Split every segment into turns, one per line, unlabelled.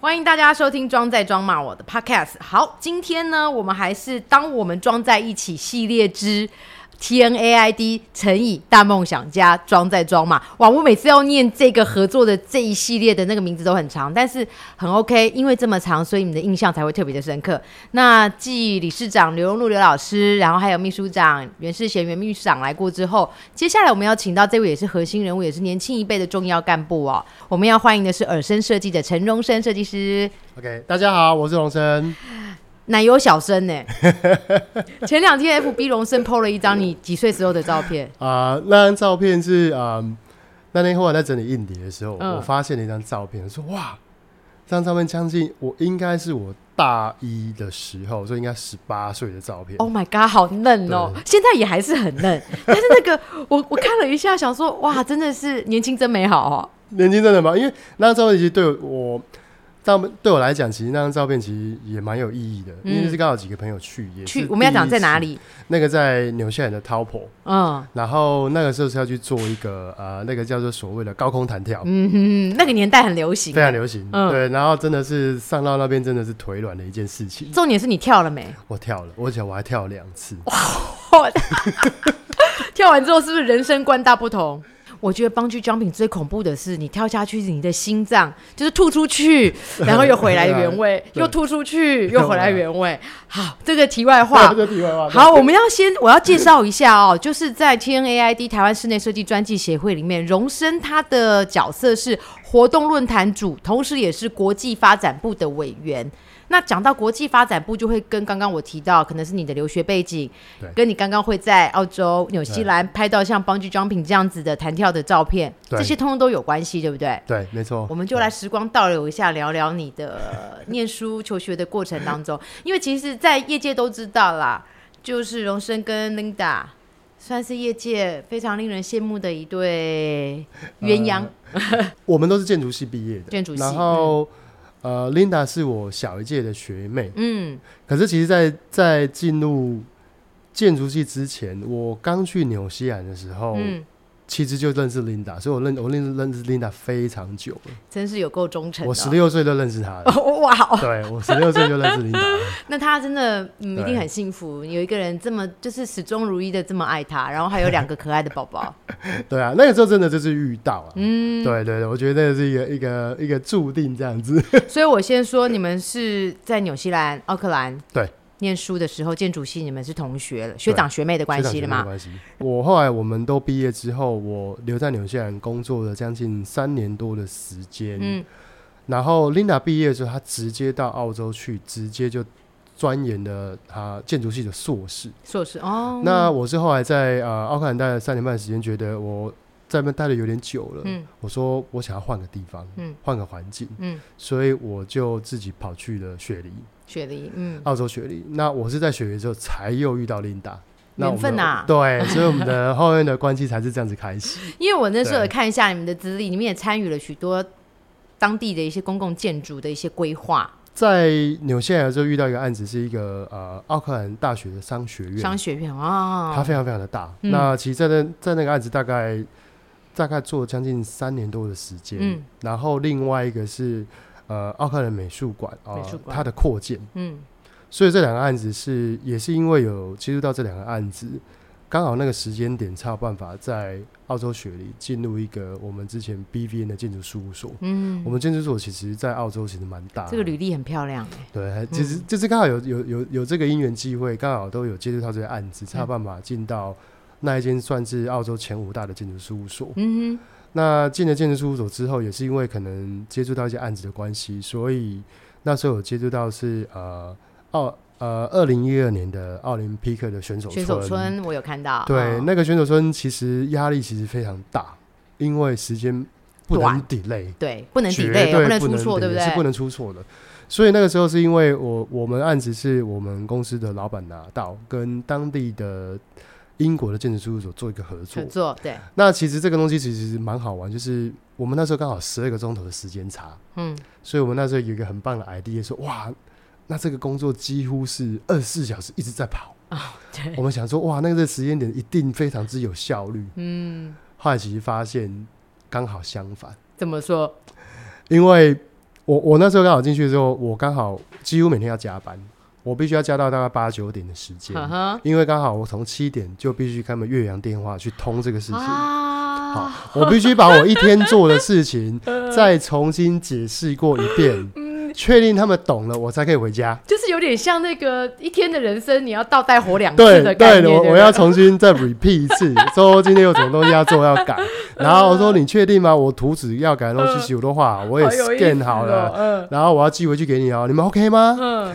欢迎大家收听《装在装骂我》的 Podcast。好，今天呢，我们还是当我们装在一起系列之 TNAID 乘以大梦想家装在装骂。哇，我每次要念这个合作的这一系列的那个名字都很长，但是很 OK，因为这么长，所以你们的印象才会特别的深刻。那继理事长刘荣禄刘老师，然后还有秘书长袁世贤袁秘书长来过之后，接下来我们要请到这位也是核心人物，也是年轻一辈的重要干部哦。我们要欢迎的是耳声设计的陈荣生设计师，
OK，大家好，我是龙生。
奶油小生呢、前两天 FB 荣生 PO 了一张你几岁时候的照片，
啊、那张照片是啊、嗯那天后来在整理硬碟的时候，
嗯
我发现了一张照片，说哇，这张照片将近我应该是我大一的时候，所以应该十八岁的照片。
Oh my god，好嫩哦！现在也还是很 嫩，但是那个我我看了一下，想说哇，真的是年轻真美好哦。
年轻真的吗？因为那张照片其实对我，当对我来讲，其实那张照片其实也蛮有意义的，
嗯
因为是刚好几个朋友去，也是
去，我们要讲在哪
第一
里？
次？那个在纽西兰的 t a u p o
嗯
然后那个时候是要去做一个呃，那个叫做所谓的高空弹跳。
嗯哼，那个年代很流行
非。常流行，
嗯
对，啊然后真的是上到那边真的是腿软的一件事情。
重点是你跳了没？
我跳了，而且我还跳了两次。
跳完之后是不是人生观大不同？我觉得帮 u jumping 最恐怖的是，你跳下去，你的心脏就是吐出 去，然后又回来原位，
对啊
又吐出去，又回来原位。好，这个题外话
哇，， 这题外话。
好，我们要先我要介绍一下哦， 就是在 TNAID 台湾室内设计专技协会里面，荣升他的角色是活动论坛主，同时也是国际发展部的委员。那讲到国际发展部，就会跟刚刚我提到，可能是你的留学背景
对，
跟你刚刚会在澳洲、纽西兰拍到像 bungee jumping 这样子的弹跳的照片，
对
这些通通都有关系，对不对？
对，没错。
我们就来时光倒流一下，聊聊你的念书求学的过程当中， 因为其实，在业界都知道啦，就是荣生跟 Linda 算是业界非常令人羡慕的一对鸳鸯。
呃我们都是建筑系毕业的，
建筑系
然后、呃，Linda 是我小一届的学妹，
嗯
可是其实在，在进入建筑系之前，我刚去纽西兰的时候，
嗯，
其实就认识 Linda，所以我认我认认识 Linda 非常久了，
真是有够忠诚、哦。
我十六岁就认识她了。
哦 哇哦，
对，我十六岁就认识 Linda 了。
那他真的嗯一
对
定很幸福，有一个人这么就是始终如一的这么爱他，然后还有两个可爱的宝宝。
对啊，那个时候真的就是遇到啊。
嗯，
对对对，我觉得那个是一个一个一个注定这样子。
所以我先说，你们是在纽西兰奥克兰
对
念书的时候，建筑系你们是同学了，学长学妹的 关系了
嘛，
吗？
关系。我后来我们都毕业之后，我留在纽西兰工作了将近三年多的时间。
嗯，
然后 Linda 毕业的时候，她直接到澳洲去，直接就钻研了她建筑系的硕士。
硕士哦，
那我是后来在呃奥克兰待了三年半的时间，觉得我在那边待的有点久了。
嗯
我说我想要换个地方，
嗯
换个环境，
嗯，
所以我就自己跑去了雪梨。
雪梨，嗯，
澳洲雪梨。那我是在雪梨之后才又遇到琳达，那我
缘
们
分啊呐、
对，所以我们的后面的关系才是这样子开始。
因为我那时候
对
有看一下你们的资历，你们也参与了许多当地的一些公共建筑的一些规划，
在纽西兰的时候遇到一个案子，是一个呃奥克兰大学的商学院，
商学院啊，
它非常非常的大。
嗯
那其实在那在那个案子大概大概做了将近三年多的时间。
嗯
然后另外一个是呃奥克兰美术馆啊，
美术
呃
馆
它的扩建。
嗯
所以这两个案子是也是因为有接触到这两个案子，刚好那个时间点才有办法在澳洲雪梨进入一个我们之前 BVN 的建筑事务所。
嗯
我，们建筑所其实，在澳洲其实蛮大的，
这个履历很漂亮、欸，
对，其实就是刚好有有有有这个因缘机会，刚好都有接触到这些案
嗯
子，才有办法进到那一间算是澳洲前五大的建筑事务所。
嗯
那进了建筑事务所之后，也是因为可能接触到一些案子的关系，所以那时候有接触到是呃奥呃二零一二年的奥林匹克的选手
哼，选手村我有看到，
对、
哦
那个选手村其实压力其实非常大，因为时间不能
短
delay，
对，不能
绝
delay，
对
能出错，
delay，
对不对？
是不能出错的。所以那个时候是因为我我们案子是我们公司的老板拿到，跟当地的英国的建筑事务所做一个合作
合，作，对，
那其实这个东西其实蛮好玩，就是我们那时候刚好十二个钟头的时间差，
嗯。
所以我们那时候有一个很棒的 idea，说哇，那这个工作几乎是二十四小时一直在跑。
哦对
我们想说哇，那个时间点一定非常之有效率。
嗯，
后来其实发现刚好相反，
怎么说？
因为我我那时候刚好进去的时候，我刚好几乎每天要加班，我必须要加到大概八九点的时间，
呵呵
因为刚好我从七点就必须跟他们岳阳电话去通这个事情。好
啊，，
我必须把我一天做的事 情
嗯
再重新解释过一遍，确定他们懂了，我才可以回家。
就是有点像那个一天的人生，你要倒带活两次
对
嗯的概
对，
念。
我
不
我要重新再 repeat 一次， 说今天有什么东西要做要 改，然后我说你确定吗？我图纸要改的东西其实我都画好，我也
好有意思
scan 好了
哦，嗯
然后我要寄回去给你哦，你们 OK 吗？
嗯，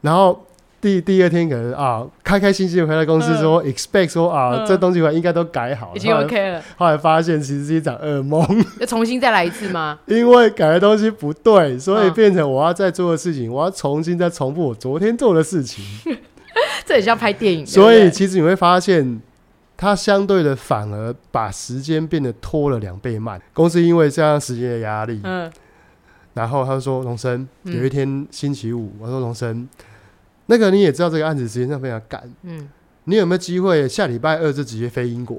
然后第第二天可能啊，开开心心地回来公司说 expect 说啊，
嗯
这东西我应该都改好
已
了，
经
后来
OK 了，
后来发现其实是一场噩梦，
要重新再来一次吗？
因为改的东西不对，所以
嗯
变成我要再做的事情，我要重新再重复我昨天做的事 情。
这很像拍电影，
所
对
以
不对
其实你会发现，它相对的反而把时间变得拖了两倍慢。公司因为这样时间的压力，
嗯，
然后他说：“龙生，
嗯
有一天星期五，我说龙生，那个你也知道这个案子时间上非常赶，
嗯，
你有没有机会下礼拜二就直接飞英国？”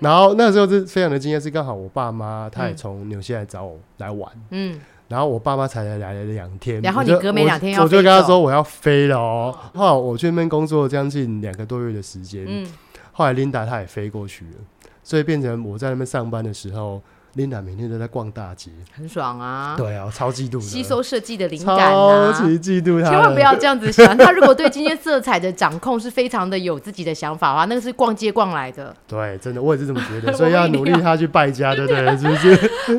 然后那时候是非常的惊讶，是刚好我爸妈他也
嗯
从纽西兰找我来玩，
嗯，
然后我爸妈才来来了两天，
然后
我
你
就
隔没
我
两天要
我就
飞
跟他
走
说我要飞了哦。后来我去那边工作将近两个多月的时间，
嗯，
后来 Linda 她也飞过去了，所以变成我在那边上班的时候，Linda 每天都在逛大街。
很爽啊，
对啊，我超嫉妒的，
吸收设计的灵感啊，
超级嫉妒她的。
千万不要这样子想。他如果对今天色彩的掌控是非常的有自己的想法的话，那个是逛街逛来的。
对，真的我也是这么 觉
我
得，
们
所以要
一定
努力
要
她去败家，对不对？是不 是？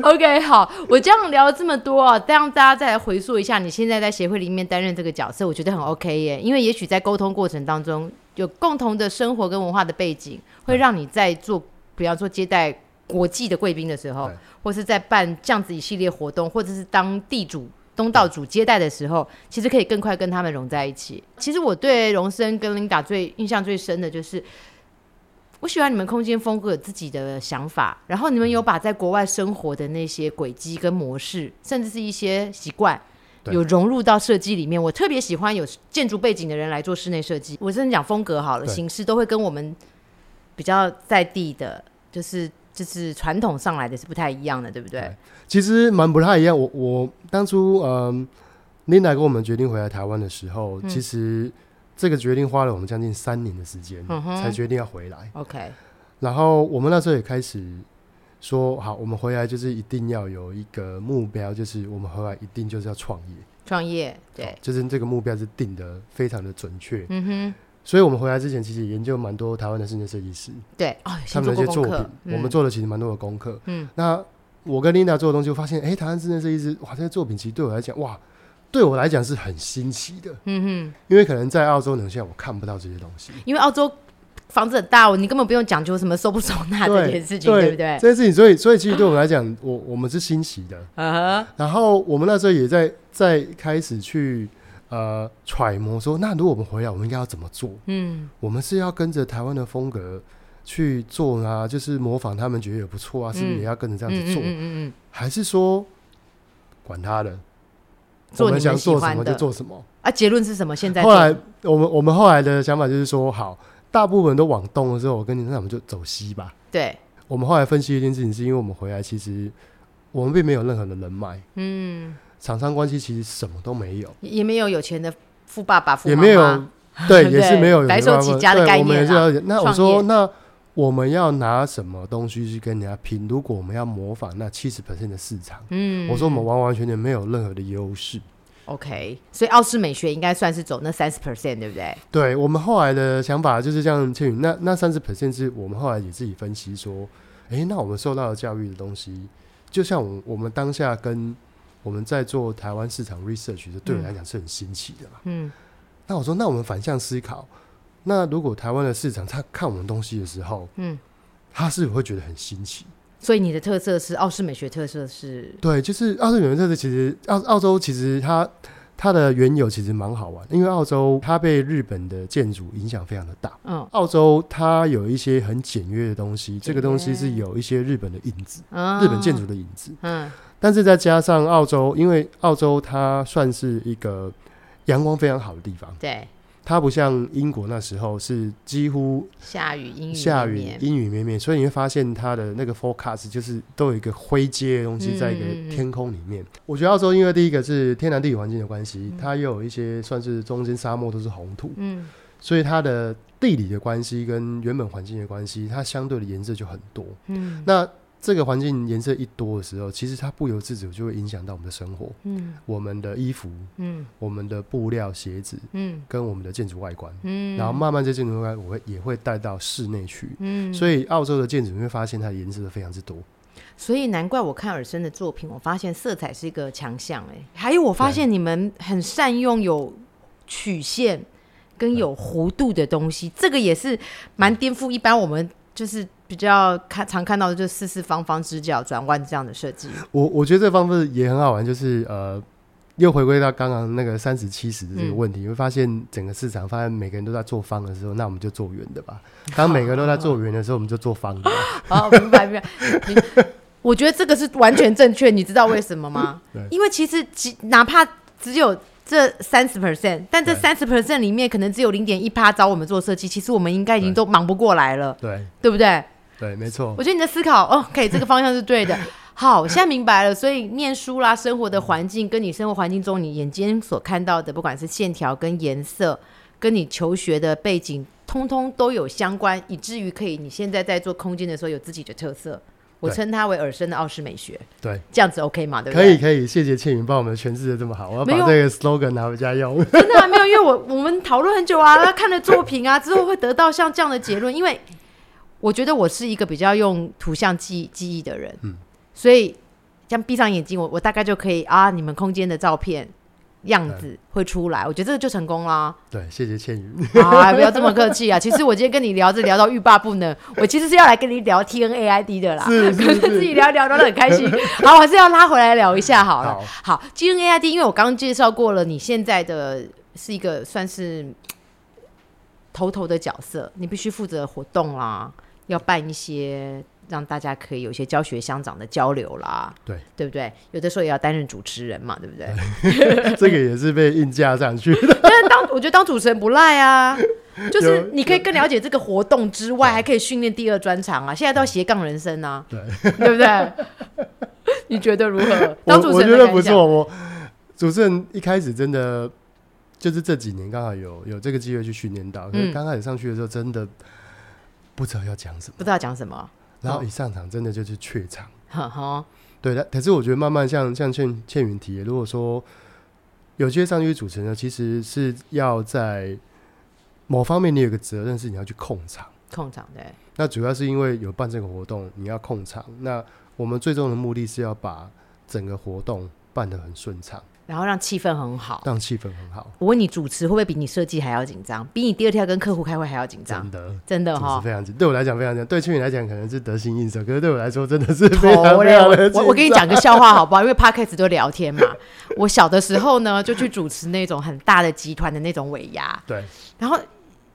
OK，好，我这样聊了这么多啊，这样大家再来回溯一下，你现在在协会里面担任这个角色，我觉得很 OK 耶，因为也许在沟通过程当中，有共同的生活跟文化的背景，会让你在做，比方说接待国际的贵宾的时候
对，
或是在办这样子一系列活动，或者是当地主。东道主接待的时候，其实可以更快跟他们融在一起。其实我对荣生跟琳达最印象最深的就是，我喜欢你们空间风格有自己的想法，然后你们有把在国外生活的那些轨迹跟模式，甚至是一些习惯。
对
有融入到设计里面，我特别喜欢有建筑背景的人来做室内设计。我真的讲风格好了，
对
形式都会跟我们比较在地的，就是就是传统上来的是不太一样的，对不对
对？其实蛮不太一样。我我当初嗯，Linda 跟我们决定回来台湾的时候，
嗯
其实这个决定花了我们将近三年的时间，
嗯哼
才决定要回来。
OK，
然后我们那时候也开始说，好，我们回来就是一定要有一个目标，就是我们回来一定就是要创业，
创业对，
就是这个目标是定的非常的准确。
嗯
所以我们回来之前，其实也研究蛮多台湾的室内设计师，
哼，对哦，
他
先
们
做
的一
过
些作
功
品
课，，
我们
嗯
做了其实蛮多的功课。
嗯，
那我跟 Linda 做的东西，我发现，哎、台湾室内设计师，哇，这些作品其实对我来讲，哇，对我来讲是很新奇的，
嗯
因为可能在澳洲纽西兰我看不到这些东 西。
哼，因为澳洲房子很大，你根本不用讲究什么收不收纳这件事情，对不对？
这件事情，所以所以其实对我们来讲，我我们是新奇的。
嗯哼，
然后我们那时候也在在开始去呃揣摩说，那如果我们回来，我们应该要怎么做？
嗯
我们是要跟着台湾的风格去做啊，就是模仿他们觉得也不错啊，是不是
嗯
也要跟着这
嗯
样子
嗯
做？
嗯嗯，
还是说管他的，
做
我们
你们
想
喜
做什
欢
么就
的
做什么。
啊，结论是什么？现在
后
做
来我们我们后来的想法就是说，好，大部分都往东的时候，我跟你那我们就走西吧。
对，
我们后来分析一件事情，是因为我们回来其实我们并没有任何的人脉，
嗯，
厂商关系其实什么都没 有。
也也没有有钱的富爸爸、富
也
妈妈，
没有，对，也是没有有
白
这
手
方
起
面
家的
对
概
我们
念
也是
啦
了解。那我
创业
说，那我们要拿什么东西去跟人家拼？如果我们要模仿那七十的市场，
嗯，
我说我们完完全全没有任何的优势。
OK，所以奥斯美学应该算是走那三十 percent，对不对？
对我们后来的想法就是这样，倩宇，那那三十 percent 是我们后来也自己分析说，诶，那我们受到的教育的东西，就像我我们当下跟我们在做台湾市场 research 的，对我来讲是很新奇的嘛。
嗯
那我说，那我们反向思考，那如果台湾的市场他看我们东西的时候，
嗯，
他是会觉得很新奇。
所以你的特色是奥斯美学特色是，
对，就是澳洲原这次其实澳澳洲其实它它的缘由其实蛮好玩，因为澳洲它被日本的建筑影响非常的大。
嗯
澳洲它有一些很简约的东西，这个东西
简
是
约
有一些日本的影子，
啊
日本建筑，的影子。
嗯
但是再加上澳洲，因为澳洲它算是一个阳光非常好的地方，
对，
它不像英国那时候是几乎
下雨阴雨
下
绵
雨
绵
阴雨绵绵，所以你会发现它的那个 forecast 就是都有一个灰阶的东西在一个
嗯嗯嗯
天空里面。我觉得澳洲因为第一个是天然地理环境的关系，它又有一些算是中间沙漠都是红土，
嗯
所以它的地理的关系跟原本环境的关系，它相对的颜色就很多。
嗯
那这个环境颜色一多的时候，其实它不由自主就会影响到我们的生活、
嗯
我们的衣服、
嗯
我们的布料、鞋子
嗯
跟我们的建筑外观。
嗯，
然后慢慢这建筑外观，我会也会带到室内去。
嗯，
所以澳洲的建筑你会发现它的颜色非常之多。
所以难怪我看尔森的作品，我发现色彩是一个强项哎。还有我发现你们很善用有曲线跟有弧度的东西，这个也是蛮颠覆一般我们就是比较看常看到的，就是四四方方、直角转弯这样的设计。
我我觉得这方面也很好玩，就是呃，又回归到刚刚那个三十七十的
嗯
这个问题，你会发现整个市场发现每个人都在做方的时候，那我们就做圆 的吧。当每个人都在做圆的时候，我们就做方的吧。
哦，明白明白。 你我觉得这个是完全正确，你知道为什么吗
对？
因为其实即哪怕只有这三十 percent，但这
对
三十 percent 里面可能只有零点一趴找我们做设计，其实我们应该已经都忙不过来了，
对
对不对？
对，没错
我。觉得你的思考哦，可以这个方向是对的。 好，现在明白了。所以念书啦，生活的环境跟你生活环境中你眼睛所看到的，不管是线条跟颜色，跟你求学的背景，通通都有相关，以至于可以你现在在做空间的时候有自己的特色。我
对
称它为尔森的奥斯美学，
对，
这样子 OK 嘛？对不
可
对？
以可以，谢谢倩云帮我们诠释的这么好，我要把
没有
这个 slogan 拿回家 用。
真的、啊、没有，因为我我们讨论很久啊，他看了作品啊之后会得到像这样的结论，因为我觉得我是一个比较用图像记记忆的人，
嗯
所以这样闭上眼睛，我我大概就可以啊，你们空间的照片样子会出来，我觉得这个就成功啦。
对，谢谢倩云。
啊，不要这么客气啊！其实我今天跟你聊着聊到欲罢不能，我其实是要来跟你聊 T N A I D 的啦，
是是
可是自己聊一聊聊得很开 心。好，我还是要拉回来聊一下好了。
好，
好，G N A I D，因为我刚刚介绍过了，你现在的是一个算是呃头头的角色，你必须负责活动啦，要办一些让大家可以有一些教学相长的交流啦，
对
对不对？有的时候也要担任主持人嘛，对不对？
这个也是被硬架上去。
但啊当我觉得当主持人不赖 啊，就是
有
你可以更了解这个活动之外，还可以训练第二专长啊。现在都要斜杠人生啊，
对
对不对？ 你觉得如何？
我
当主持
我
人
觉
的
得
感
不
想
错。我主持人一开始真的就是这几年刚好有有这个机会去训练到，可是
嗯
刚开始上去的时候真的不知道要讲什么，
不知道讲什么，
然
哦
后一上场真的就是怯场。
呵呵，
对，但可是我觉得慢慢像像倩倩云提的，如果说有些上去主持人呢，其实是要在某方面你有个责任是你要去控场。
控场对。
那主要是因为有办这个活动，你要控场。那我们最终的目的是要把整个活动办得很顺畅，
然后让气氛很好。
让气氛很好。
我问你，主持会不会比你设计还要紧张，比你第二天要跟客户开会还要紧张
真？的，
真的
主
哈
持、非常紧，对我来讲非常紧，对去你来讲可能是得心应手，可是对我来说真的是非常
头
非
嘞！
常
哦我
的紧
我我跟你讲个笑话好不好？因为 podcast 都聊天嘛。我小的时候呢，就去主持那种很大的集团的那种尾牙，
对
然后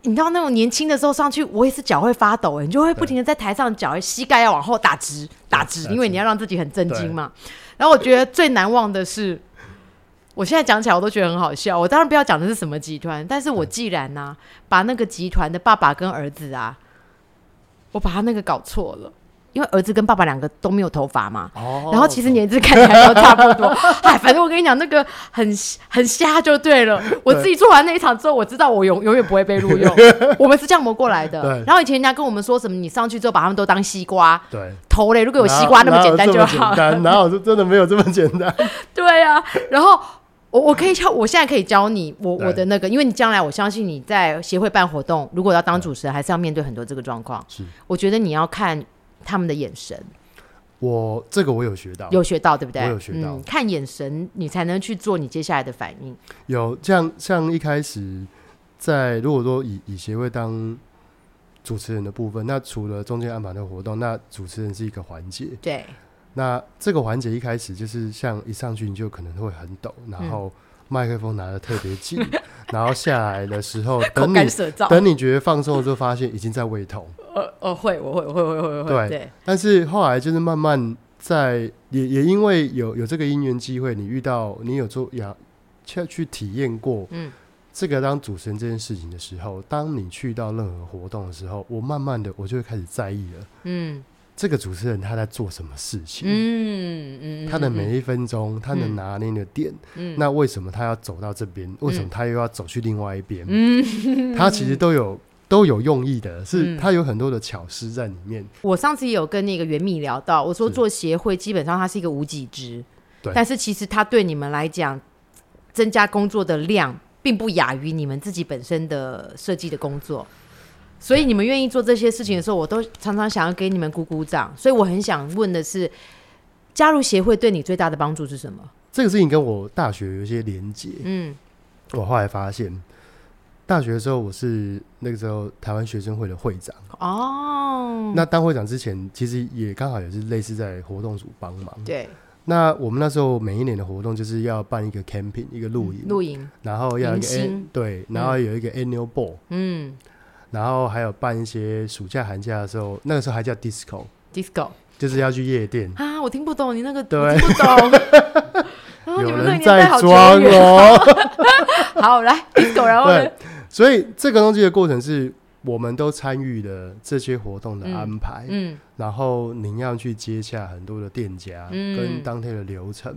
你知道那种年轻的时候上去，我也是脚会发抖、欸，你就会不停的在台上脚膝盖要往后打直打直
打，直
因为你要让自己很震惊嘛。然后我觉得最难忘的是，我现在讲起来我都觉得很好笑。我当然不要讲的是什么集团，但是我既然呢、把那个集团的爸爸跟儿子啊，我把他那个搞错了，因为儿子跟爸爸两个都没有头发嘛。
哦
然后其实年纪看起来都差不 多，哎，反正我跟你讲，那个很很瞎就对了。我自己做完那一场之后，我知道我永永远不会被录用， 我们是这样磨过来的
对。
然后以前人家跟我们说什么，你上去之后把他们都当西瓜，
对，
头嘞，如果有西瓜那么
哪有
简单就
这么
好
简。单，哪有这真的没有这么简单？
对啊，然后我我可以教，我现在可以教你我
对
我的那个，因为你将来我相信你在协会办活动，如果要当主持人，还是要面对很多这个状况。
是
我觉得你要看他们的眼神，
我这个我有学到，
有学到对不对？
我有学到
嗯，看眼神你才能去做你接下来的反应。
有像像一开始在如果说以以协会当主持人的部分，那除了中间安排的活动，那主持人是一个环节，
对，
那这个环节一开始就是像一上去你就可能会很抖，然后麦克风拿的特别紧， 然后下来的时候，
口
等
干
你
舌燥。
等你觉得放松了之后，发现已经在胃痛。
呃呃，会，我会，我会，我会，我会。
对
对，
但是后来就是慢慢在也也因为有有这个因缘机会，你遇到你有做呀去去体验过，
嗯
这个当主持人这件事情的时候，当你去到任何活动的时候，我慢慢的我就会开始在意了，
嗯
这个主持人他在做什么事情，
嗯嗯，
他的每一分钟，他能
嗯
拿捏的点，
嗯
那为什么他要走到这边？为什么他又要走去另外一边？
嗯，
他其实都有都有用意的，
嗯
是他有很多的巧思在里面。
我上次也有跟那个袁密聊到，我说
是
做协会基本上它是一个无给值，
对
但是其实它对你们来讲，增加工作的量并不亚于你们自己本身的设计的工作。所以你们愿意做这些事情的时候，我都常常想要给你们鼓鼓掌。所以我很想问的是，加入协会对你最大的帮助是什么？
这个事情跟我大学有一些连结，
嗯
我后来发现，大学的时候我是那个时候台湾学生会的会长。
嗯哦，
那当会长之前，其实也刚好也是类似在活动组帮忙。
对
那我们那时候每一年的活动就是要办一个 camping，一个露营，
嗯露营，
然后要有一个哎
迎新
对，然后有一个 annual ball，、
嗯
然后还有办一些暑假寒假的时候，那个时候还叫 disco，
，disco
就是要去夜店。
啊，我听不懂你那个，
对
我听不 懂。啊你
有
们那个
人
年代
在
好久
装
远
哦，
好，来 disco，然后呢
对？，所以这个东西的过程是我们都参与了这些活动的安排，
嗯
然后您要去接洽很多的店家、
嗯
跟当天的流程，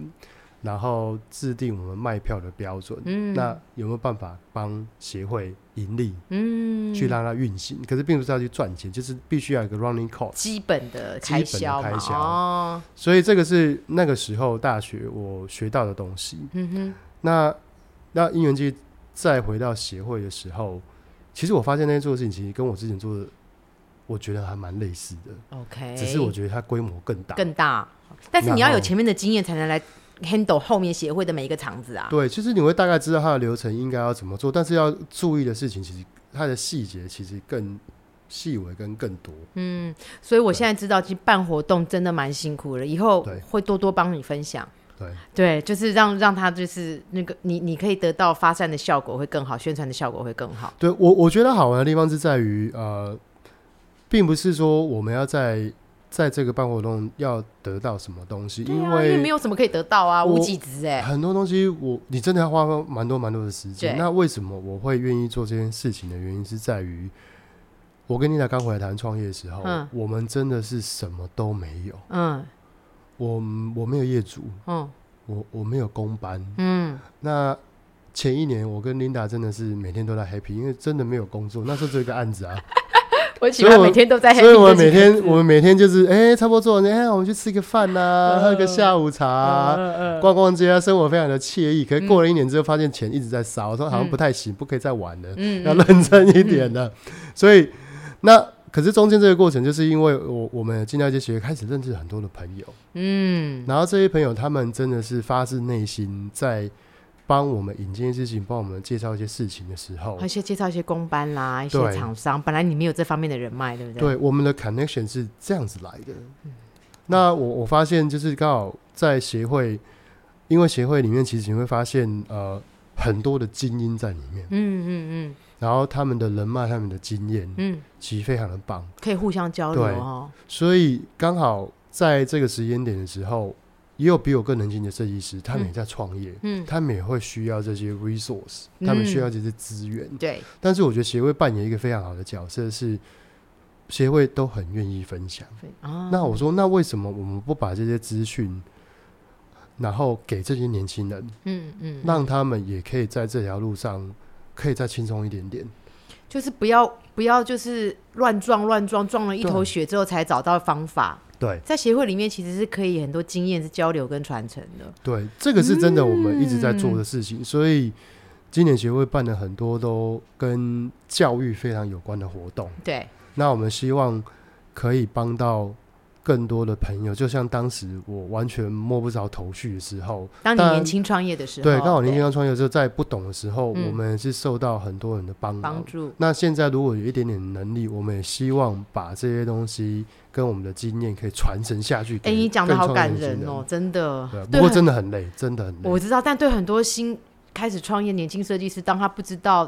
然后制定我们卖票的标准。
嗯，
那有没有办法帮协会盈利，
嗯
去让它运行？可是并不是要去赚钱，就是必须要有一个 running cost。
基本的
基
开
本的
销嘛，
开销
哦，
所以这个是那个时候大学我学到的东西。
嗯
那那因缘机再回到协会的时候，其实我发现那些做的事情，其实跟我之前做的，我觉得还蛮类似的，
哼，OK，
只是我觉得它规模哎更大。
更大，但是你要
然后
有前面的经验才能来 handle 后面协会的每一个场子啊，
对，其实你会大概知道它的流程应该要怎么做，但是要注意的事情，其实它的细节其实更细微跟更多。
嗯，所以我现在知道，其实办活动真的蛮辛苦的，以后
对
会多多帮你分享。
对，
对，就是让让他就是那个你你可以得到发散的效果会更好，宣传的效果会更好。
对我我觉得好玩的地方是在于，呃，并不是说我们要在在这个办活动要得到什么东西，
对
因
啊，因为没有什么可以得到啊，无
我
几值哎、
很多东西我你真的要花蛮多蛮多的时间。
对
那为什么我会愿意做这件事情的原因是在于，我跟妮娜刚回来谈创业的时候，
嗯
我们真的是什么都没有。
嗯
我我没有业主，
嗯
我我没有工班。
嗯，
那前一年我跟琳达真的是每天都在 happy，因为真的没有工作，那时候只有一个案子啊，
我喜
所以
欢
我
每天都在 happy 这
所
几
以
个字，
我们每天我们每天就是哎、差不多做完，哎、我们去吃个饭呐、
嗯
喝个下午茶啊、
嗯嗯嗯
逛逛街啊，生活非常的惬意。可是过了一年之后，发现钱一直在烧，说好像
嗯
不太行，不可以再玩了，
嗯
要认真一点了。所以那可是中间这个过程，就是因为我我们进到一些学会，开始认识很多的朋友，
嗯
然后这些朋友他们真的是发自内心在帮我们引荐事情，帮我们介绍一些事情的时候
而，且介绍一些公班啦，一些
对
厂商，本来你没有这方面的人脉，对不对？，
对我们的 connection 是这样子来的。
嗯
那我我发现就是刚好在协会，因为协会里面其实你会发现呃很多的精英在里面，
嗯嗯
然后他们的人脉、他们的经验
嗯嗯，
其实非常的棒，
可以互相交流
对
哦。
所以刚好在这个时间点的时候，也有比我更年轻的设计师，他们也在创业。
嗯，
他们也会需要这些 resource，
嗯
他们需要这些资源。
对，
但是我觉得协会扮演一个非常好的角色是，协会都很愿意分享。
啊，
那我说，那为什么我们不把这些资讯，然后给这些年轻人，
嗯嗯，
让他们也可以在这条路上可以再轻松一点点？
就是不要不要就是乱撞乱撞，撞了一头
对
血之后才找到方法。
对
在协会里面其实是可以很多经验是交流跟传承的。
对，这个是真的，我们一直在做的事情。所以今年协会办了很多都跟教育非常有关的活动。
对，
那我们希望可以帮到更多的朋友，就像当时我完全摸不着头绪的时候，
当你
当然
年轻创业的时候，
对，刚好年轻刚创业的时候，在不懂的时候，
嗯
我们是受到很多人的帮忙
帮。助，
那现在如果有一点点能力，我们也希望把这些东西跟我们的经验可以传承下去。
哎，
给
你讲的
更
好
创业
感
年轻
人
人
哦，。真的
对，。啊不
对
过
很
真的很累，真的很累
我。知道，但对很多新开始创业年轻设计师，当他不知道，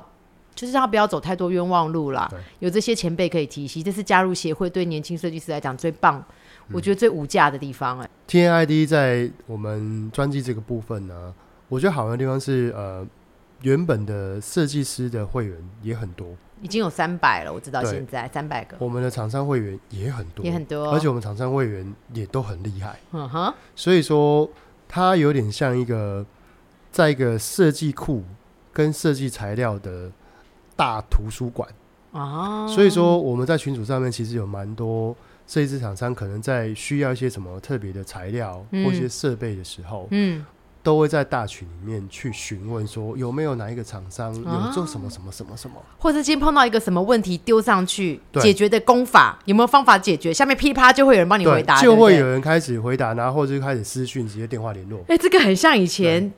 就是让他不要走太多冤枉路啦
对。
有这些前辈可以提携，这是加入协会对年轻设计师来讲最棒，我
嗯
觉得最无价的地方、哎，
T N I D 在我们专辑这个部分呢，我觉得好玩的地方是，呃，原本的设计师的会员也很多，
已经有三百了，我知道
对
现在三百个
我们的厂商会员也很多，
也很多，哦
而且我们厂商会员也都很厉害，
嗯哼，
所以说它有点像一个在一个设计库跟设计材料的大图书馆。
哦，
所以说我们在群组上面其实有蛮多设计师厂商可能在需要一些什么特别的材料
嗯
或一些设备的时候，
嗯，
都会在大群里面去询问说有没有哪一个厂商
啊
有做什么什么什么什么。
或者今天碰到一个什么问题丢上去，
对
解决的功法有没有方法解决？下面噼啪就会有人帮你回答，
就会
对不
有人开始回答，然后或者就开始私讯，直接电话联络。
对。哎、这个很像以前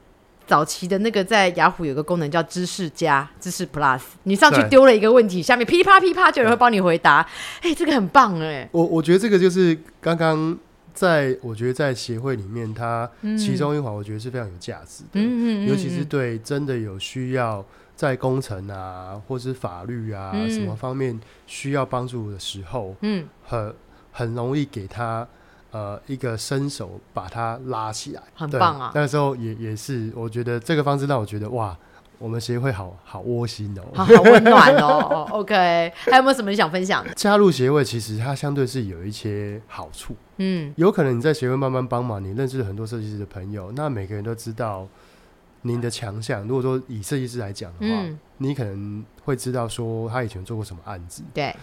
早期的那个，在雅虎有个功能叫知识加、知识 Plus，你上去
对
丢了一个问题，下面噼啪噼啪就有人会帮你回答。哎、这个很棒哎、
我我觉得这个就是刚刚在我觉得在协会里面，它其中一环我觉得是非常有价值的，
嗯嗯嗯嗯，
尤其是
嗯
对真的有需要在工程啊，或是法律啊、
嗯
什么方面需要帮助的时候，
嗯，
很很容易给他呃一个伸手把他拉起来，
很
对
棒啊
那时候也也是，我觉得这个方式让我觉得哇，我们协会好好窝心哦、
好好温暖哦。哦 OK，还有没有什么你想分享的？
加入协会其实它相对是有一些好处，
嗯
有可能你在协会慢慢帮忙，你认识很多设计师的朋友，那每个人都知道您的强项。如果说以设计师来讲的话，
嗯，
你可能会知道说他以前做过什么案子。
对，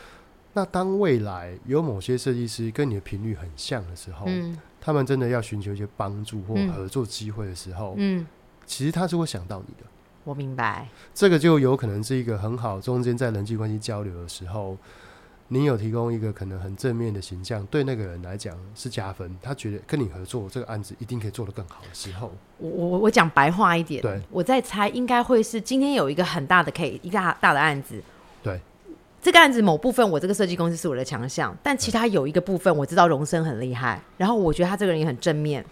那当未来有某些设计师跟你的频率很像的时候，
嗯
他们真的要寻求一些帮助或
嗯
合作机会的时候，
嗯，
其实他是会想到你的。
我明白。
这个就有可能是一个很好，中间在人际关系交流的时候，你有提供一个可能很正面的形象，对那个人来讲是加分，他觉得跟你合作这个案子一定可以做得更好的时候，
我我我讲白话一点，
对
我在猜应该会是今天有一个很大的 case，一个大大的案子。
对，
这个案子某部分我这个设计公司是我的强项，但其他有一个部分我知道荣生很厉害，然后我觉得他这个人也很正面，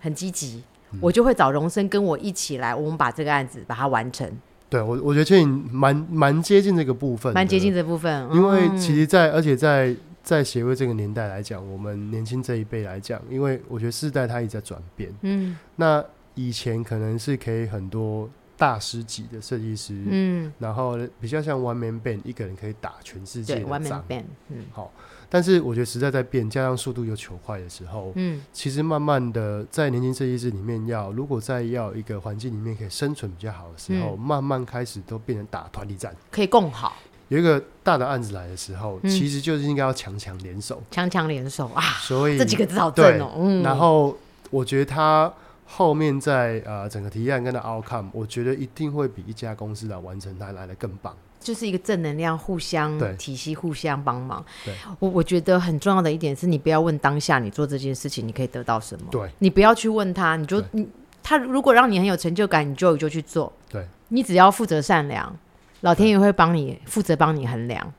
很积极，
嗯
我就会找荣生跟我一起来，我们把这个案子把它完成，
对我我觉得倩颖蛮蛮接近这个部分，
蛮接近，这部分。
因为
嗯
其实在，而且在在协会这个年代来讲，我们年轻这一辈来讲，因为我觉得世代它一直在转变，
嗯
那以前可能是可以很多大师级的设计师，
嗯，
然后比较像 one man band，一个人可以打全世界
对
的
，one man
仗。
band，嗯
好，但是我觉得时代在变，加上速度又求快的时候，
嗯
其实慢慢的在年轻设计师里面要，如果在要一个环境里面可以生存比较好的时
嗯
候，慢慢开始都变成打团体战。
可以共好，
有一个大的案子来的时候，
嗯
其实就是应该要强强联手，
强强联手啊，
所以
这几个字好正哦。嗯，
然后我觉得他后面在呃整个提案跟的 outcome，我觉得一定会比一家公司来完成它来的更棒。
就是一个正能量，互相
对
体系，互相帮忙
对。
我我觉得很重要的一点是，你不要问当下你做这件事情你可以得到什么，
对，
你不要去问他，你就
对
你他如果让你很有成就感，你就就去做。
对，
你只要负责善良，老天爷会帮你负责帮你衡量。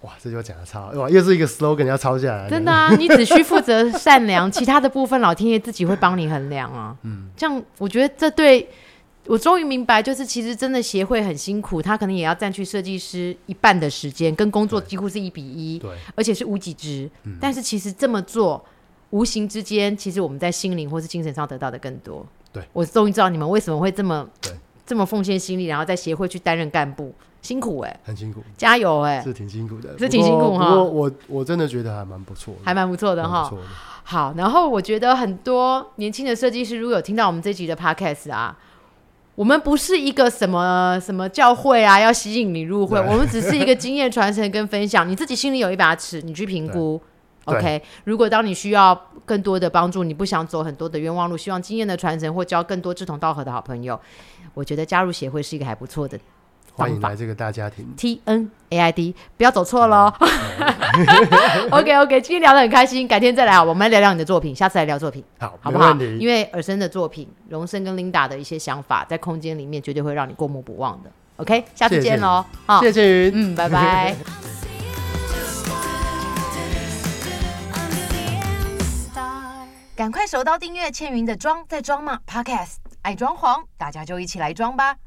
哇，这就讲的超哇，又是一个 slogan 要抄下来，
真的啊， 你只需负责善良，其他的部分老天爷自己会帮你衡量啊。嗯，这样我觉得这对我终于明白，就是其实真的协会很辛苦，他可能也要占据设计师一半的时间，跟工作
对
几乎是一比一。
对。
而且是无几只。
嗯
但是其实这么做，无形之间，其实我们在心灵或是精神上得到的更多。
对，
我终于知道你们为什么会这么
对
这么奉献心力，然后在协会去担任干部，辛苦哎、
很辛苦，
加油哎、
是挺辛苦的，
是挺辛苦
不过
哈
不过我我真的觉得还蛮不错的，
还蛮不错的
蛮
哈
不。错的。
好，然后我觉得很多年轻的设计师，如果有听到我们这集的 podcast 啊，我们不是一个什么什么教会啊，要吸引你入会，
对
我们只是一个经验传承跟分享。你自己心里有一把尺，你去评估。
对
OK，如果当你需要更多的帮助，你不想走很多的冤枉路，希望经验的传承或交更多志同道合的好朋友，我觉得加入协会是一个还不错的
欢迎
方法
来这个大家庭，
T N A I D，不要走错喽。OK OK，今天聊得很开心，改天再来啊好，我们来聊聊你的作品，下次来聊作品。
好，
好
没
不好？
问题，
因为尔森的作品，荣生跟琳达的一些想法，在空间里面绝对会让你过目不忘的。OK，下次
谢谢
见喽！好，
谢谢建云，
嗯，拜 拜。赶快手刀订阅倩云的《装在装嘛》Podcast，爱装潢，大家就一起来装吧！